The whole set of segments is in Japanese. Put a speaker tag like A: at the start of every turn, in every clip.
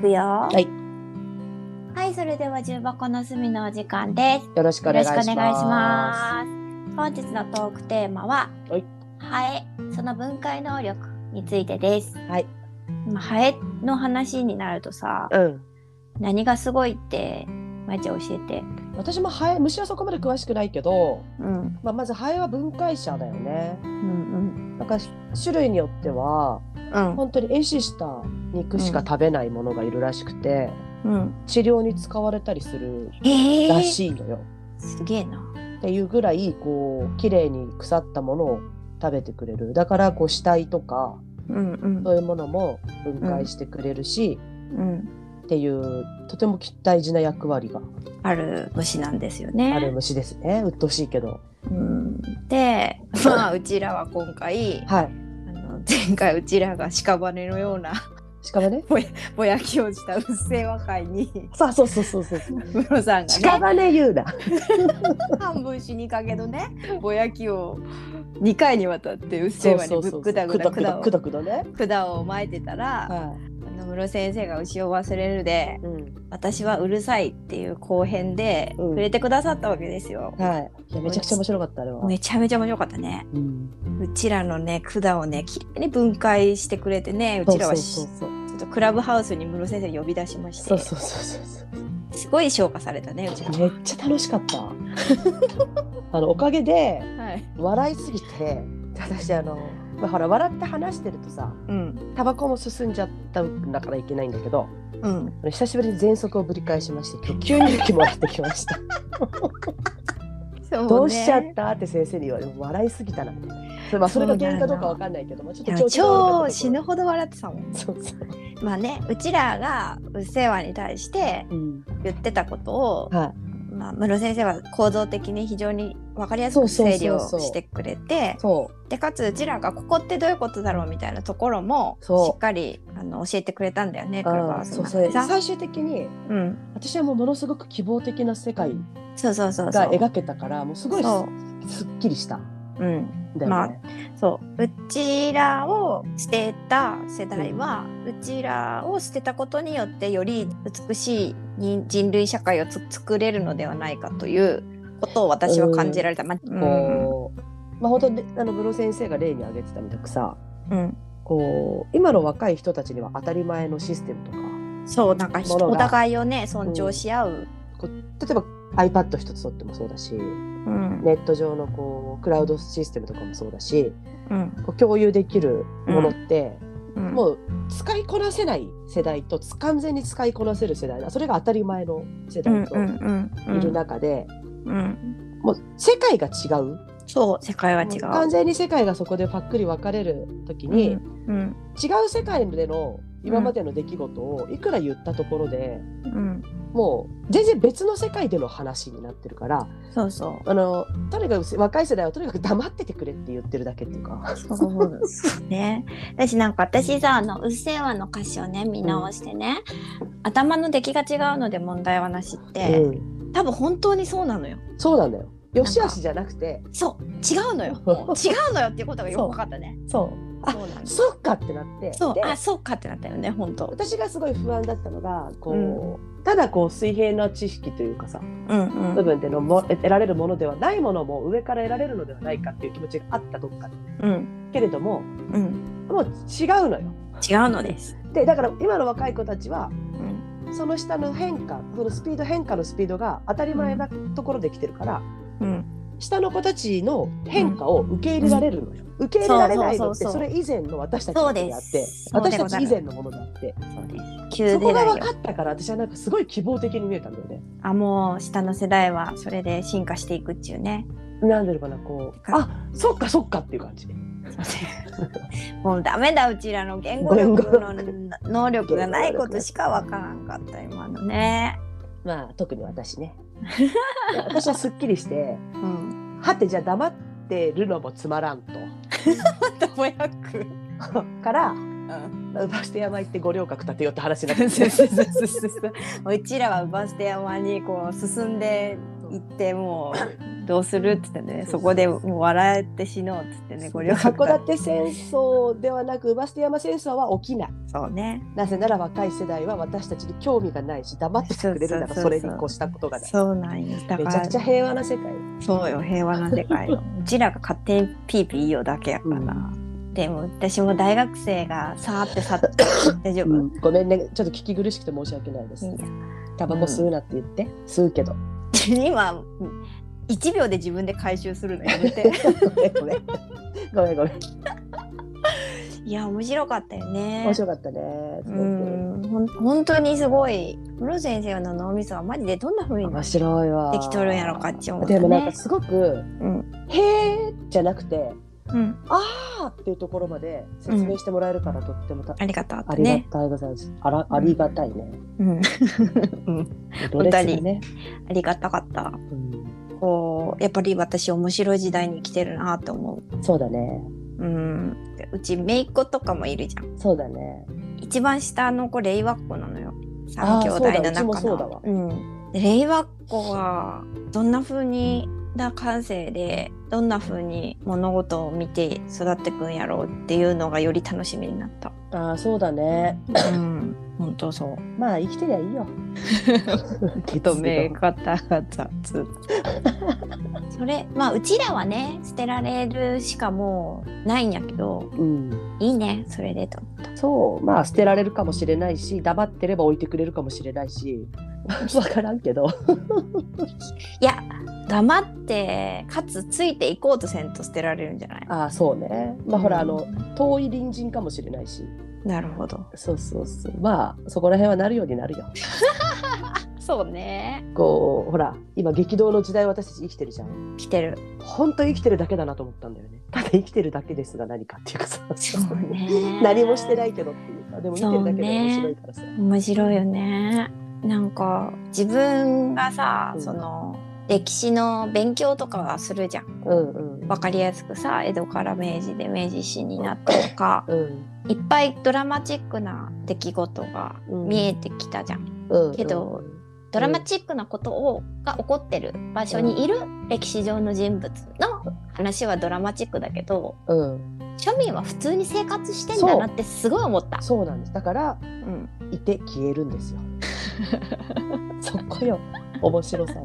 A: くよ。
B: はい。
A: はい、それでは重箱の隅のお時間です。
B: よろしくお
A: よ
B: 願
A: ろ
B: い
A: し
B: し
A: くお
B: ま
A: 願い
B: す。
A: します。本日のトークテーマは、
B: はい
A: ハエ、その分解能力についてです。
B: はい。
A: まあハエの話になるとさ、
B: うん。
A: 何がすごいって、まいちゃん教えて。
B: 私もハエ、虫はそこまで詳しくないけど、
A: うん、
B: まあ、まずハエは分解者だよね。
A: うん、
B: なんか種類によっては、
A: うん、
B: 本当に壊死した肉しか食べないものがいるらしくて、
A: うん、うん。
B: 治療に使われたりする
A: ええ
B: ら
A: ー、
B: しいのよ。
A: すげえな。
B: っていうぐらい、こう、綺麗に腐ったものを食べてくれる。だから、こう、死体とか、
A: うん、うん
B: そ、ういうものも分解してくれるし、
A: うん。
B: っていう、とても大事な役割が
A: ある虫なんですよ
B: ある
A: ね。
B: 虫ですね。鬱陶しいけど。
A: うん、で、まあ、うちらは今回、
B: はい。
A: あの前回うちらが屍のような
B: しかもね。
A: ぼやきをしたうっせぇ和解に
B: そうそうそうそう そう。
A: ムロさんがね
B: 屍言う な。
A: 半分死にかけのね ぼやきを2回にわたってうっせぇ和にぶっぐだぐだ
B: く
A: く
B: だ
A: だを
B: くだくだね。
A: 管を巻いてたら、
B: は
A: あのムロ先生が牛を忘れるで
B: い。うん。
A: 私はうるさいっていう後編で
B: うん
A: 触れてくださったわけですよ。
B: はい。いやめちゃくちゃ面白かったあれは。
A: めちゃめちゃ面白かったね。
B: うん。
A: うちらのね管をねきれいに分解してくれてねう
B: そう
A: ちら
B: そ
A: は
B: う
A: し
B: そうそう。
A: ちょっとクラブハウスにムロ先生呼び出しまして
B: そうそうそうそう。
A: すごい消化されたねうちら
B: めっちゃ楽しかった。 あのおかげで
A: はい。
B: 笑いすぎて、私あの。まあ、ほら笑って話してるとさ
A: うん。
B: タバコも進んじゃったんだからいけないんだけど
A: うん。
B: 久しぶりに喘息をぶり返しまして今日急に息もらってきました
A: そうね
B: どうしちゃったって先生に言われ笑いすぎたなみたいなそれ,、まあ、それが原因かどうかわかんないけどもちょっ
A: いや超
B: と調子
A: 死
B: が悪
A: ぬほど笑ってたもん。
B: かったところそうそう、
A: まあね、うちらがうっせぇわに対して
B: うん、
A: 言ってたことを、
B: は
A: まあ、室先生は構造的に非常に分かりやすく
B: そうそう
A: 整
B: そう
A: 理を
B: そう
A: してくれて
B: い、そ
A: でかつうちらがここってどういうことだろうみたいなところもし
B: そう
A: っかりあの教えてくれたんだよね
B: う
A: クラブハ
B: あ
A: ウス
B: そ
A: の
B: う
A: 中
B: そ
A: で
B: う
A: さ
B: 最終的に
A: うん、
B: 私はもうものすごく希望的な世界
A: そうそうそうそう
B: が描けたからもうすごい
A: そ
B: すすっきりしたん
A: う、うん、
B: だ
A: ま
B: よ
A: あ
B: ね。
A: そううちらを捨てた世代は、うちらを捨てたことによってより美しい人人類社会をつ作れるのではないかということを私は感じられた。まあうん
B: こうまあ本当にあのブロ先生が例に挙げてたみたくさ
A: うん
B: こう今の若い人たちには当たり前のシステムとか
A: そうなんかひ
B: ものが
A: お互いをね尊重し合う、
B: 例えば iPad 一つ取ってもそうだし
A: うん
B: ネット上のこうクラウドシステムとかもそうだし
A: うん
B: こう共有できるものって、
A: うん、
B: もう使いこなせない世代とつ完全に使いこなせる世代だそれが当たり前の世
A: うん
B: 代と
A: うんうんうん
B: いる中で、
A: うん
B: もう世界が違う
A: そう世界は違う
B: 完全に世界がそこでパックリ分かれる時に、
A: うん
B: 違う世界での今までの出来事をいくら言ったところで、
A: うん
B: もう全然別の世界での話になってるから
A: そうそう
B: あのとにかく若い世代はとにかく黙っててくれって言ってるだけっていうか。
A: そうそうですね。私なんか私さあの「うっせぇわ」の歌詞をね見直してね、頭の出来が違うので問題はなしって、
B: うん
A: 多分本当にそうなのよ。
B: そうなんだよ。よしあしじゃなくて、
A: そう違うのよ。もう違うのよっていうことがよく分かったね。
B: そう。あ
A: そうなんです。
B: そっかってなって。
A: そう
B: で
A: あそうかってなったよね本当。
B: 私がすごい不安だったのがこう、ただこう水平な知識というかさ
A: うんう
B: 部
A: ん
B: 分でのも得られるものではないものも上から得られるのではないかっていう気持ちがあったどっかで
A: うん
B: けれども
A: うん
B: もう違うのよ。
A: 違うのです。
B: でだから今の若い子たちは
A: うん
B: その下の変化そのスピード変化のスピードが当たり前なところで来てるから、
A: うん
B: 下の子たちの変化を受け入れられるのよ。受け入れられないのって
A: そうそうそうそう
B: それ以前の私たちのであって
A: そうです
B: 私たち以前のものであって
A: そうです。旧
B: そこ
A: 世
B: が
A: 代よ
B: 分。かったから私はなんかすごい希望的に見えたんだよね。
A: あもう下の世代はそれで進化していくっちゅうね。
B: なんていうのかなこうあそっかそっかっていう感 じ。
A: もうダメだうちらの言語力の能力がないことしかわからんかった今のね。
B: まあ特に私ね。いや 私はすっきりして
A: うん。
B: はてじゃあ黙ってるのもつまらんと。
A: ぼやく。
B: から
A: うん。
B: ウバステ山行って五稜郭建てようって話にな っ
A: そ
B: て
A: うそうそう そうそう。うちらはバステ山にこう進んで行ってもうどうするっつってね
B: そうそう
A: そこでもう笑って死のうっつってねご両
B: 函
A: 方
B: 館戦争ではなく、バステ山戦争は起きない。
A: そうね
B: なぜなら若い世代は私たちに興味がないし、黙っててくれるなら
A: そうそうそうそう
B: それに越したことがない。
A: そうなんよだか
B: め
A: ら
B: ちゃくちゃ平和な世界。
A: そうよ平和な世界 ようちらが勝手にピーピー言いようだけやから、でも私も大学生がさーって去って大丈夫、
B: うんごめんね、ちょっと聞き苦しくて申し訳ないです
A: い。いや
B: タバコ吸うなって言って、吸うけ ど。
A: 今1秒で自分で回収するのやめ て
B: ごめんごめん。ごめんごめん。
A: いや面白かったよね
B: 面白かったね。す
A: う
B: ごく
A: んほん本当にすごい室先生の脳みそはマジでどんな風に
B: 面白いわ。
A: できとるんやろかって思ったね
B: でもなんかすごく、
A: うん
B: へえじゃなくて、
A: うん
B: あーっていうところまで説明してもらえるからとってもた、
A: ありがたかった
B: ありが
A: ね
B: たいございます。あら、ありがたいね。
A: うんうん
B: ドレスがね。
A: ありがたかった
B: うん
A: こうやっぱり私面白い時代に来てるなと思
B: そうだね。
A: ううんでうち姪っ子とかもいるじゃん
B: そうだね。
A: 一番下の子令和っ子なのよ三兄弟の中
B: あーそうだうちも
A: の
B: そうだわ
A: うん、で令和っ子はどんな風にな感性でどんな風に物事を見て育ってくんやろうっていうのがより楽しみになった
B: ああ、そうだね。
A: うん、本当 そう。
B: まあ、生きてりゃいい よ。
A: 方が雑。それ、まあ、うちらはね、捨てられるしかもうないんやけど、
B: うん。
A: いいね、それでと。
B: そう、まあ、捨てられるかもしれないし、黙ってれば置いてくれるかもしれないし。 わからんけど。
A: いや、黙って、かつついていこうとせんと捨てられるんじゃない
B: ああ、そうね。まあ、ほら、あの、遠い隣人かもしれないし。
A: なるほど。
B: そうそうそう。まあ、そこら辺はなるようになるよ。
A: そうね。
B: こう、ほら、今激動の時代、私たち生きてるじゃん。
A: 来てる。
B: 本当に生きてるだけだなと思ったんだよね。ただ生きてるだけですが何かっていうかさ、
A: そう ね
B: 何もしてないけどっていうか、でも見てるだけで面白いからさ。
A: 面白いよね。なんか、自分がさ、
B: うん
A: その、歴史の勉強とかはするじゃん。
B: うんうん。
A: わかりやすくさ江戸から明治で明治維新になったとか
B: うん
A: いっぱいドラマチックな出来事が見えてきたじゃん、
B: うん、
A: けどドラマチックなことをが起こってる場所にいる歴史上の人物の話はドラマチックだけど
B: うん、うん、
A: 庶民は普通に生活してんだなってすごい思った。
B: そうなんですだから
A: うん
B: いて消えるん ですよそこよ面白さは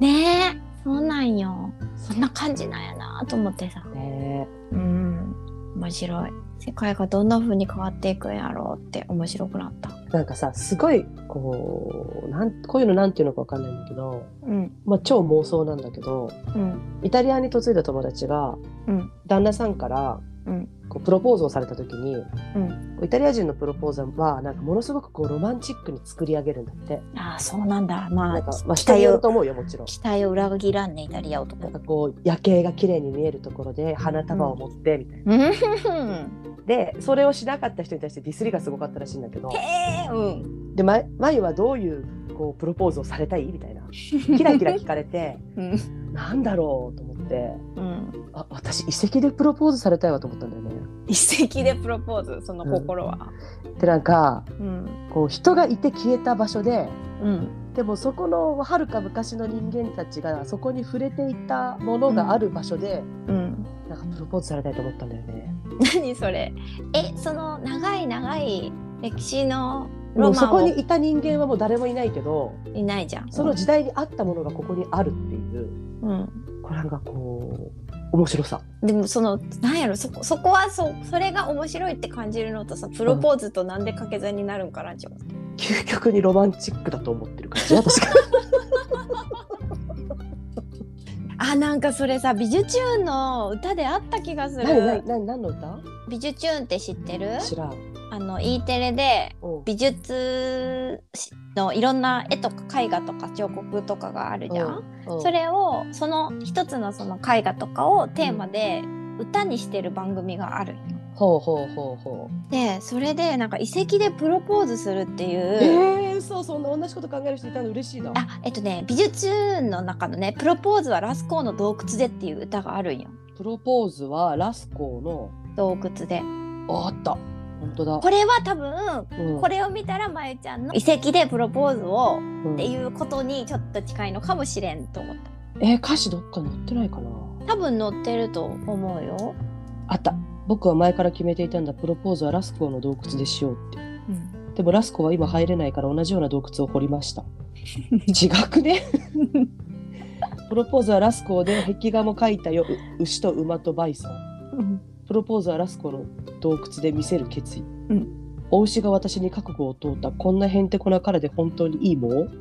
A: ねえそうなんよそんな感じなんやなと思ってさ。
B: ね
A: うん面白い世界がどんな風に変わっていくんやろうって面白くなった。
B: えなんかさすごいこうなんこういうのなんていうのかわかんないんだけど、
A: うん
B: まあ、超妄想なんだけど
A: うん
B: イタリアに嫁いだ友達が
A: うん
B: 旦那さんから
A: うん
B: こうプロポーズをされた時に、
A: うん
B: イタリア人のプロポーズはなんかものすごくこうロマンチックに作り上げるんだって
A: ああそうなんだ。ま
B: な
A: あ、
B: んか、
A: き
B: まあ、
A: 期
B: 人に
A: 待
B: よる
A: を
B: と思うよもちろん
A: 期待を裏切らんねイタリア男
B: なん。かこう夜景が綺麗に見えるところで花束を持ってみたいな、
A: うん。へ
B: でそれをしなかった人に対してディスりがすごかったらしいんだけど
A: え。うん。
B: でまマユはどういうこうプロポーズをされたいみた いなキラキラ聞かれて
A: うん。
B: なんだろうと思って
A: うん。
B: あ私遺跡でプロポーズされたいわと思ったんだよね。
A: 一石でプロポーズその心は。
B: でなんか
A: うん。
B: こう人がいて消えた場所で
A: うん。
B: でもそこのはるか昔の人間たちがそこに触れていたものがある場所で、
A: うん。
B: なんかプロポーズされたいと思ったんだよね。
A: 何それ。えその長い長い歴史の
B: も
A: ロ
B: うそ
A: マ
B: こ
A: ンを
B: にいた人間はもう誰もいないけど
A: いないじゃん。
B: その時代にあったものがここにあるっていう
A: うん。
B: これなんかこう面白さ。
A: でもそのなんやろそこそこはそうそれが面白いって感じるのとさプロポーズとなんで掛け算になるんかなって思って
B: 究極にロマンチックだと思ってる感じ 私が
A: あなんかそれさビジュチューンの歌であった気がす
B: 何
A: る
B: 何何何の歌
A: ビジュチューンって知ってる
B: 知らん、
A: あの E テレで
B: うん
A: 美術のいろんな絵とか絵画とか彫刻とかがあるじゃん、
B: うん
A: それをその一つのその絵画とかをテーマで歌にしてる番組があるんよ
B: ほうほうほうほう
A: でそれでなんか遺跡でプロポーズするっていう、
B: えー、そうそんな同じこと考える人いたの嬉しいな
A: あえっとね美術の中のね「プロポーズはラスコーの洞窟で」っていう歌があるんよ
B: プロポーズはラスコーの
A: 洞窟で
B: ああった本当だ
A: これは多分
B: うん
A: これを見たらまゆちゃんの遺跡でプロポーズを
B: うん
A: っていうことにちょっと近いのかもしれんと思った。
B: えー歌詞どっか載ってないかな
A: 多分載ってると思うよ。
B: あった僕は前から決めていたんだプロポーズはラスコーの洞窟でしようってでもラスコは今入れないから同じような洞窟を掘りました違くねプロポーズはラスコで壁画も描いたよう牛と馬とバイソンプロポーズはラスコの洞窟で見せる決意、
A: うん
B: お牛が私に覚悟を問うたこんなへんてこな彼で本当にいいも ん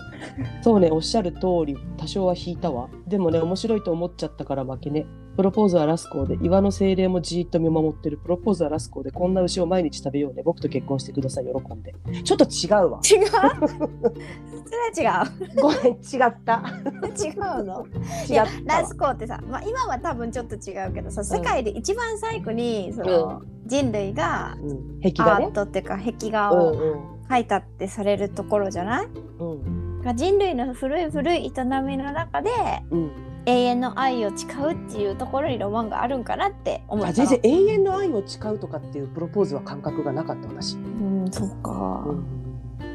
B: そうねおっしゃる通り多少は引いたわでもね面白いと思っちゃったから負けねプロポーズはラスコで岩の精霊もじーっと見守ってるプロポーズはラスコでこんな牛を毎日食べようね僕と結婚してください喜んでちょっと違うわ
A: 違うそれは違
B: ごめん違った
A: う 違うのい
B: 違
A: や
B: った
A: ラ
B: わ
A: スコーってさ、まあ、今は多分ちょっと違うけどさ世界で一番最後にその人類が
B: うん、壁
A: ア
B: 画ね
A: ートっていうか壁画
B: うん
A: を描いたってされるところじゃない
B: うんうん
A: が人類の古い古い営みの中で
B: うん
A: 永遠の愛を誓うっていうところにロマンがあるんかなって思った
B: あ
A: の
B: 全然永遠の愛を誓うとかっていうプロポーズは感覚がなかった私、
A: うんそっか、
B: うん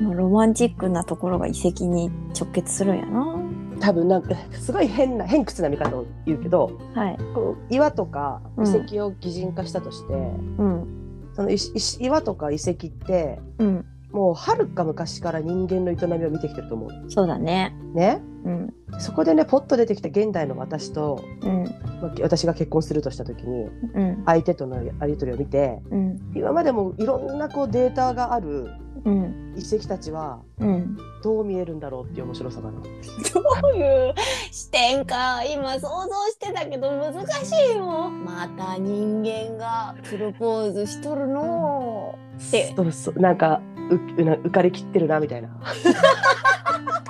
A: まあロマンチックなところが遺跡に直結するんやな
B: 多分なんかすごい変な偏屈な見方を言うけど
A: はい
B: こう岩とか
A: うん
B: 遺跡を擬人化したとして、
A: うん
B: その石石岩とか遺跡って
A: うん
B: もうはるか昔から人間の営みを見てきてると思う
A: そうだね
B: ね
A: うん
B: そこでねポッと出てきた現代の私と、
A: うん
B: まあ私が結婚するとした時に
A: うん
B: 相手とのやり取りを見て
A: うん
B: 今までもいろんなこうデータがある
A: うん
B: 遺跡たちは
A: うん
B: どう見えるんだろうっていう面白さかな。
A: どういう視点か今想像してたけど難しいよまた人間がプロポーズしとるのって
B: そうそうなんかううな浮かれきってるなみたいな。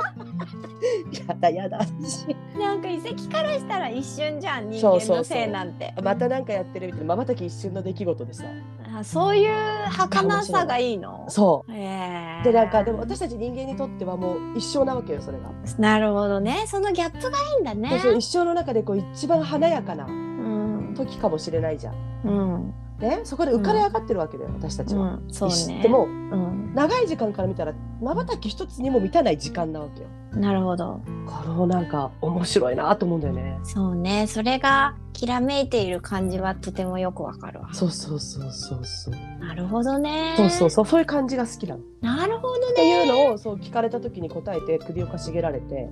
B: やだやだ。
A: なんか遺跡からしたら一瞬じゃん人
B: そう
A: 間
B: そうそ
A: の
B: う
A: せいなんて
B: またなんかやってるみたいな瞬き一瞬の出来事でさ。
A: あそういう儚さがいいの
B: そ
A: へ
B: う。
A: え
B: でなんかでも私たち人間にとってはもう一生なわけよそれが。
A: なるほどねそのギャップがいいんだね
B: そう一生の中でこう一番華やかな
A: うん
B: 時かもしれないじゃん。
A: うん
B: ねそこで浮かれ上がってるわけだよ、私たち
A: う
B: は。
A: んそうね
B: でも
A: うん
B: 長い時間から見たら瞬き一つにも満たない時間なわけよ。
A: なるほど
B: これをなんか面白いなと思うんだよね。
A: そうねそれがきらめいている感じはとてもよくわかるわ
B: そうそうそうそうそう。
A: なるほどね
B: そうそうそう、そういう感じが好きなの。っ
A: なるほど
B: て
A: ね
B: いうのを、そう聞かれた時に答えて、首をかしげられて。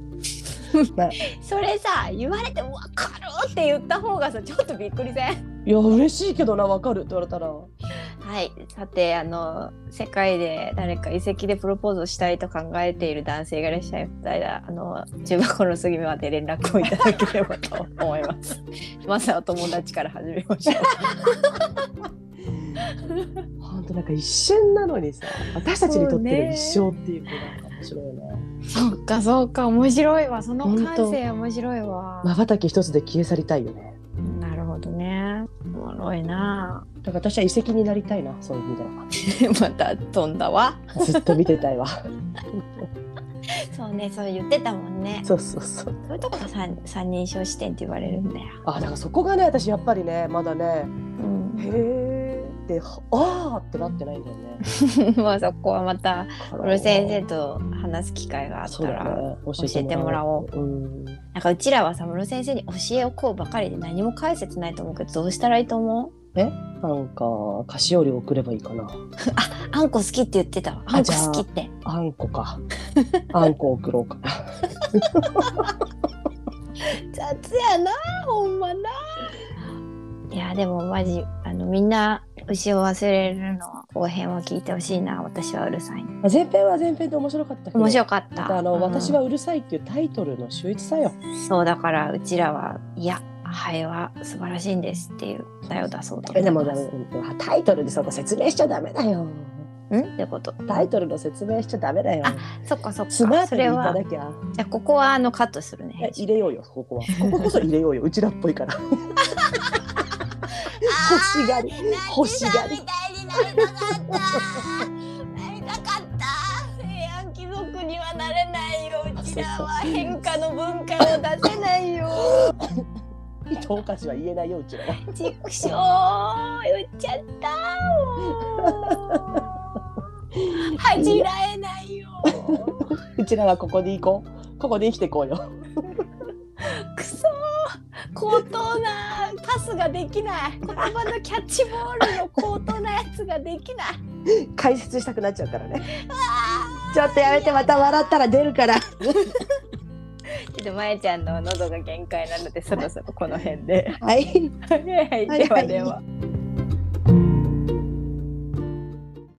A: それさ言われてわかるって言った方がさちょっとびっくりせん
B: いや、嬉しいけどな、わかるって言われ たら。
A: はい、さてあの世界で誰か遺跡でプロポーズをしたいと考えている男性がいらっしゃいたらあの中箱の杉目まで連絡をいただければと思います。ま ずはお友達から始めましょう。
B: 本当なんか一瞬なのにさ、私たちにとっての一
A: そ
B: 生っていうのがなんか面白いよね。
A: そうかそうか面白いわその
B: 感性
A: 面白いわ
B: まばたき一つで消え去りたいよね。
A: なるほどねおもろいな
B: だから私は遺跡になりたいな、そういう意味では。
A: また飛んだわ
B: ずっと見てたいわ。
A: そうねそう言ってたもんね
B: そうそうそう。
A: そういうとこが三三人称視点って言われるんだよ、
B: あ、だからそこがね、私やっぱりね、まだね、
A: うん、
B: へーって、あーってなってないんだよね。
A: まあそこはまた
B: こ
A: 室井先生と話す機会があった
B: そうだ
A: ら、
B: ね、
A: 教えてもらおう
B: う。うん
A: なんかうちらはさ室井先生に教えをこうばかりで何も返せてないと思うけどどうしたらいいと思う
B: なんか菓子折り送ればいいかな。
A: あんこ好きって言ってたわあんこ好きって
B: あんこか。 あんこ送ろうか。
A: 雑やなほんまないやでもマジあのみんな牛を忘れるのは後編を聞いてほしいな私はうるさい
B: 前編は前編で面白かったけど。
A: 面白
B: か
A: かっ
B: ま
A: た
B: たあの、
A: うん
B: 私はうるさいっていうタイトルの秀逸さよ。
A: そうだからうちらはいやハエは素晴らしいんですっていう答えを出そうと
B: えでも
A: 思い
B: だ
A: ま
B: め
A: す
B: タイトルでそこ説明しちゃダメだよ。
A: んってこと
B: タイトルの説明しちゃダメだよ。
A: そっかそっか
B: スマー
A: そ
B: トにい
A: れ
B: た
A: は
B: だきゃ
A: じゃあここはあのカットするね
B: え入れようよここは。こここそ入れようよ。うちらっぽ いから。欲しがり欲しが
A: たい
B: り。
A: になりたかった。なりたかった。平安貴族にはなれないよ。うちらは変化の文化を出せないよ。
B: 糸お菓子は言えないようちらは。
A: ちくしょう、言っちゃったもう。恥じらえないよ。
B: うちらはここで行こう。ここで生きていこうよ。
A: くそ高等なパスができない言葉のキャッチボールの高等なやつができ ない
B: 解説したくなっちゃうからね
A: あ
B: ちょっとやめてまた笑ったら出るから
A: ーちょっとまえちゃんの喉が限界なのでそろそろこの辺で
B: はい
A: はいはいではでは。
B: はいは